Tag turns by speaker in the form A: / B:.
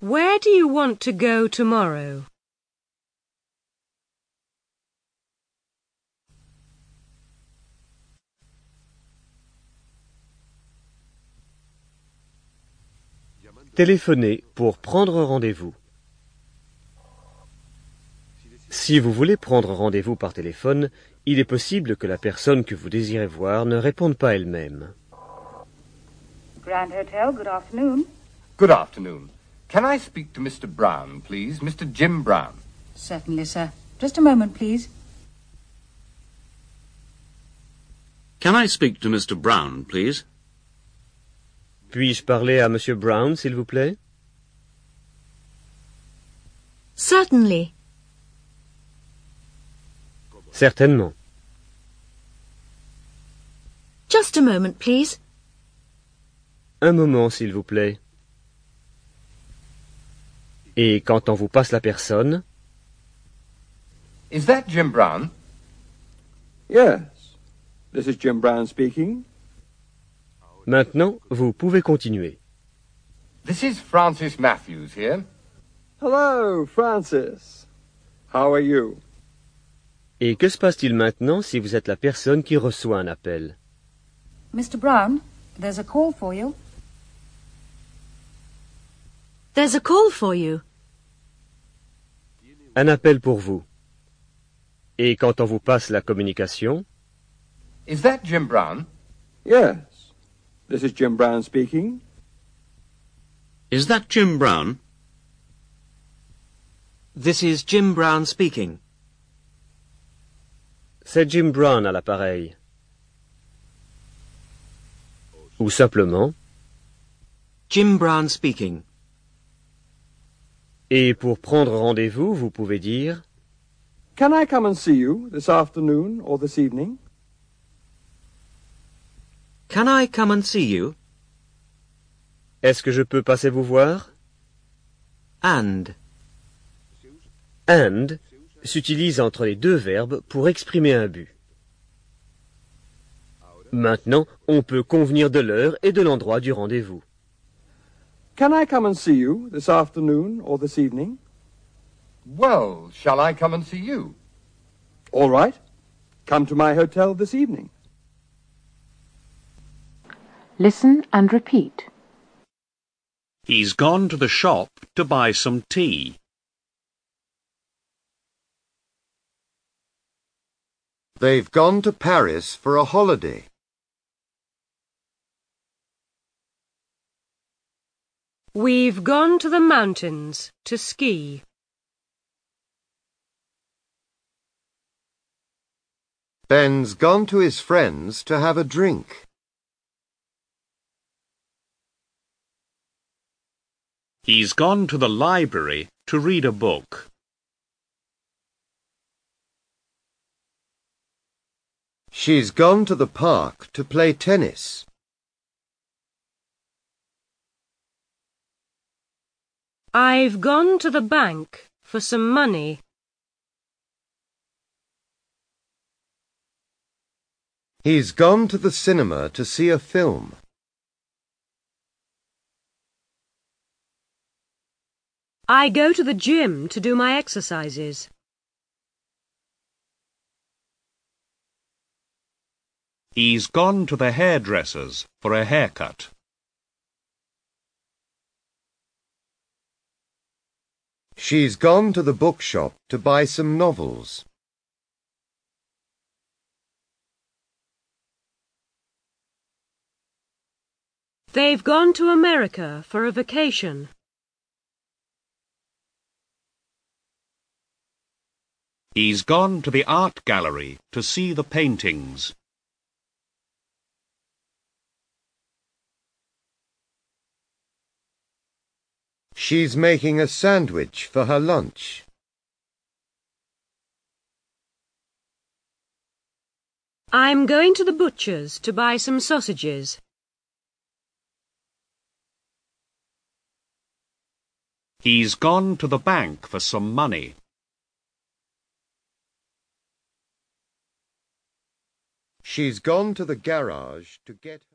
A: Where do you want to go tomorrow?
B: Téléphonez pour prendre rendez-vous. Si vous voulez prendre rendez-vous par téléphone, il est possible que la personne que vous désirez voir ne réponde pas elle-même.
C: Grand Hotel, good afternoon.
D: Good afternoon. Can I speak to Mr. Brown, please? Mr. Jim Brown.
C: Certainly, sir. Just a moment, please.
E: Can I speak to Mr. Brown, please?
B: Puis-je parler à Monsieur Brown, s'il vous plaît
F: Certainly.
B: Certainement.
F: Just a moment, please.
B: Un moment, s'il vous plaît. Et quand on vous passe la personne,
D: Is that Jim Brown?
G: Yes. This is Jim Brown speaking.
B: maintenant, vous pouvez continuer.
D: This is Francis Matthews here.
G: Hello, Francis. How are you?
B: Et que se passe-t-il maintenant si vous êtes la personne qui reçoit un appel
C: Mr. Brown, there's a call for you.
F: There's a call for you.
B: Un appel pour vous. Et quand on vous passe la communication,
D: Is that Jim Brown?
G: Yes. This is Jim Brown speaking.
E: Is that Jim Brown?
H: This is Jim Brown speaking.
B: c'est Jim Brown à l'appareil. Ou simplement,
H: Jim Brown speaking.
B: et pour prendre rendez-vous, vous pouvez dire
G: Can I come and see you this afternoon or this evening?
H: Can I come and see you?
B: Est-ce que je peux passer vous voir
H: And
B: And s'utilise entre les deux verbes pour exprimer un but. Maintenant, on peut convenir de l'heure et de l'endroit du rendez-vous.
G: Can I come and see you this afternoon or this evening?
D: Well, shall I come and see you?
G: All right. Come to my hotel this evening.
I: Listen and repeat.
J: He's gone to the shop to buy some tea.
K: They've gone to Paris for a holiday.
A: We've gone to the mountains to ski.
K: Ben's gone to his friends to have a drink.
J: He's gone to the library to read a book.
K: She's gone to the park to play tennis.
A: I've gone to the bank for some money.
K: He's gone to the cinema to see a film.
A: I go to the gym to do my exercises.
J: He's gone to the hairdresser's for a haircut.
K: She's gone to the bookshop to buy some novels.
A: They've gone to America for a vacation.
J: He's gone to the art gallery to see the paintings.
K: She's making a sandwich for her lunch.
A: I'm going to the butcher's to buy some sausages.
J: He's gone to the bank for some money.
K: She's gone to the garage to get her.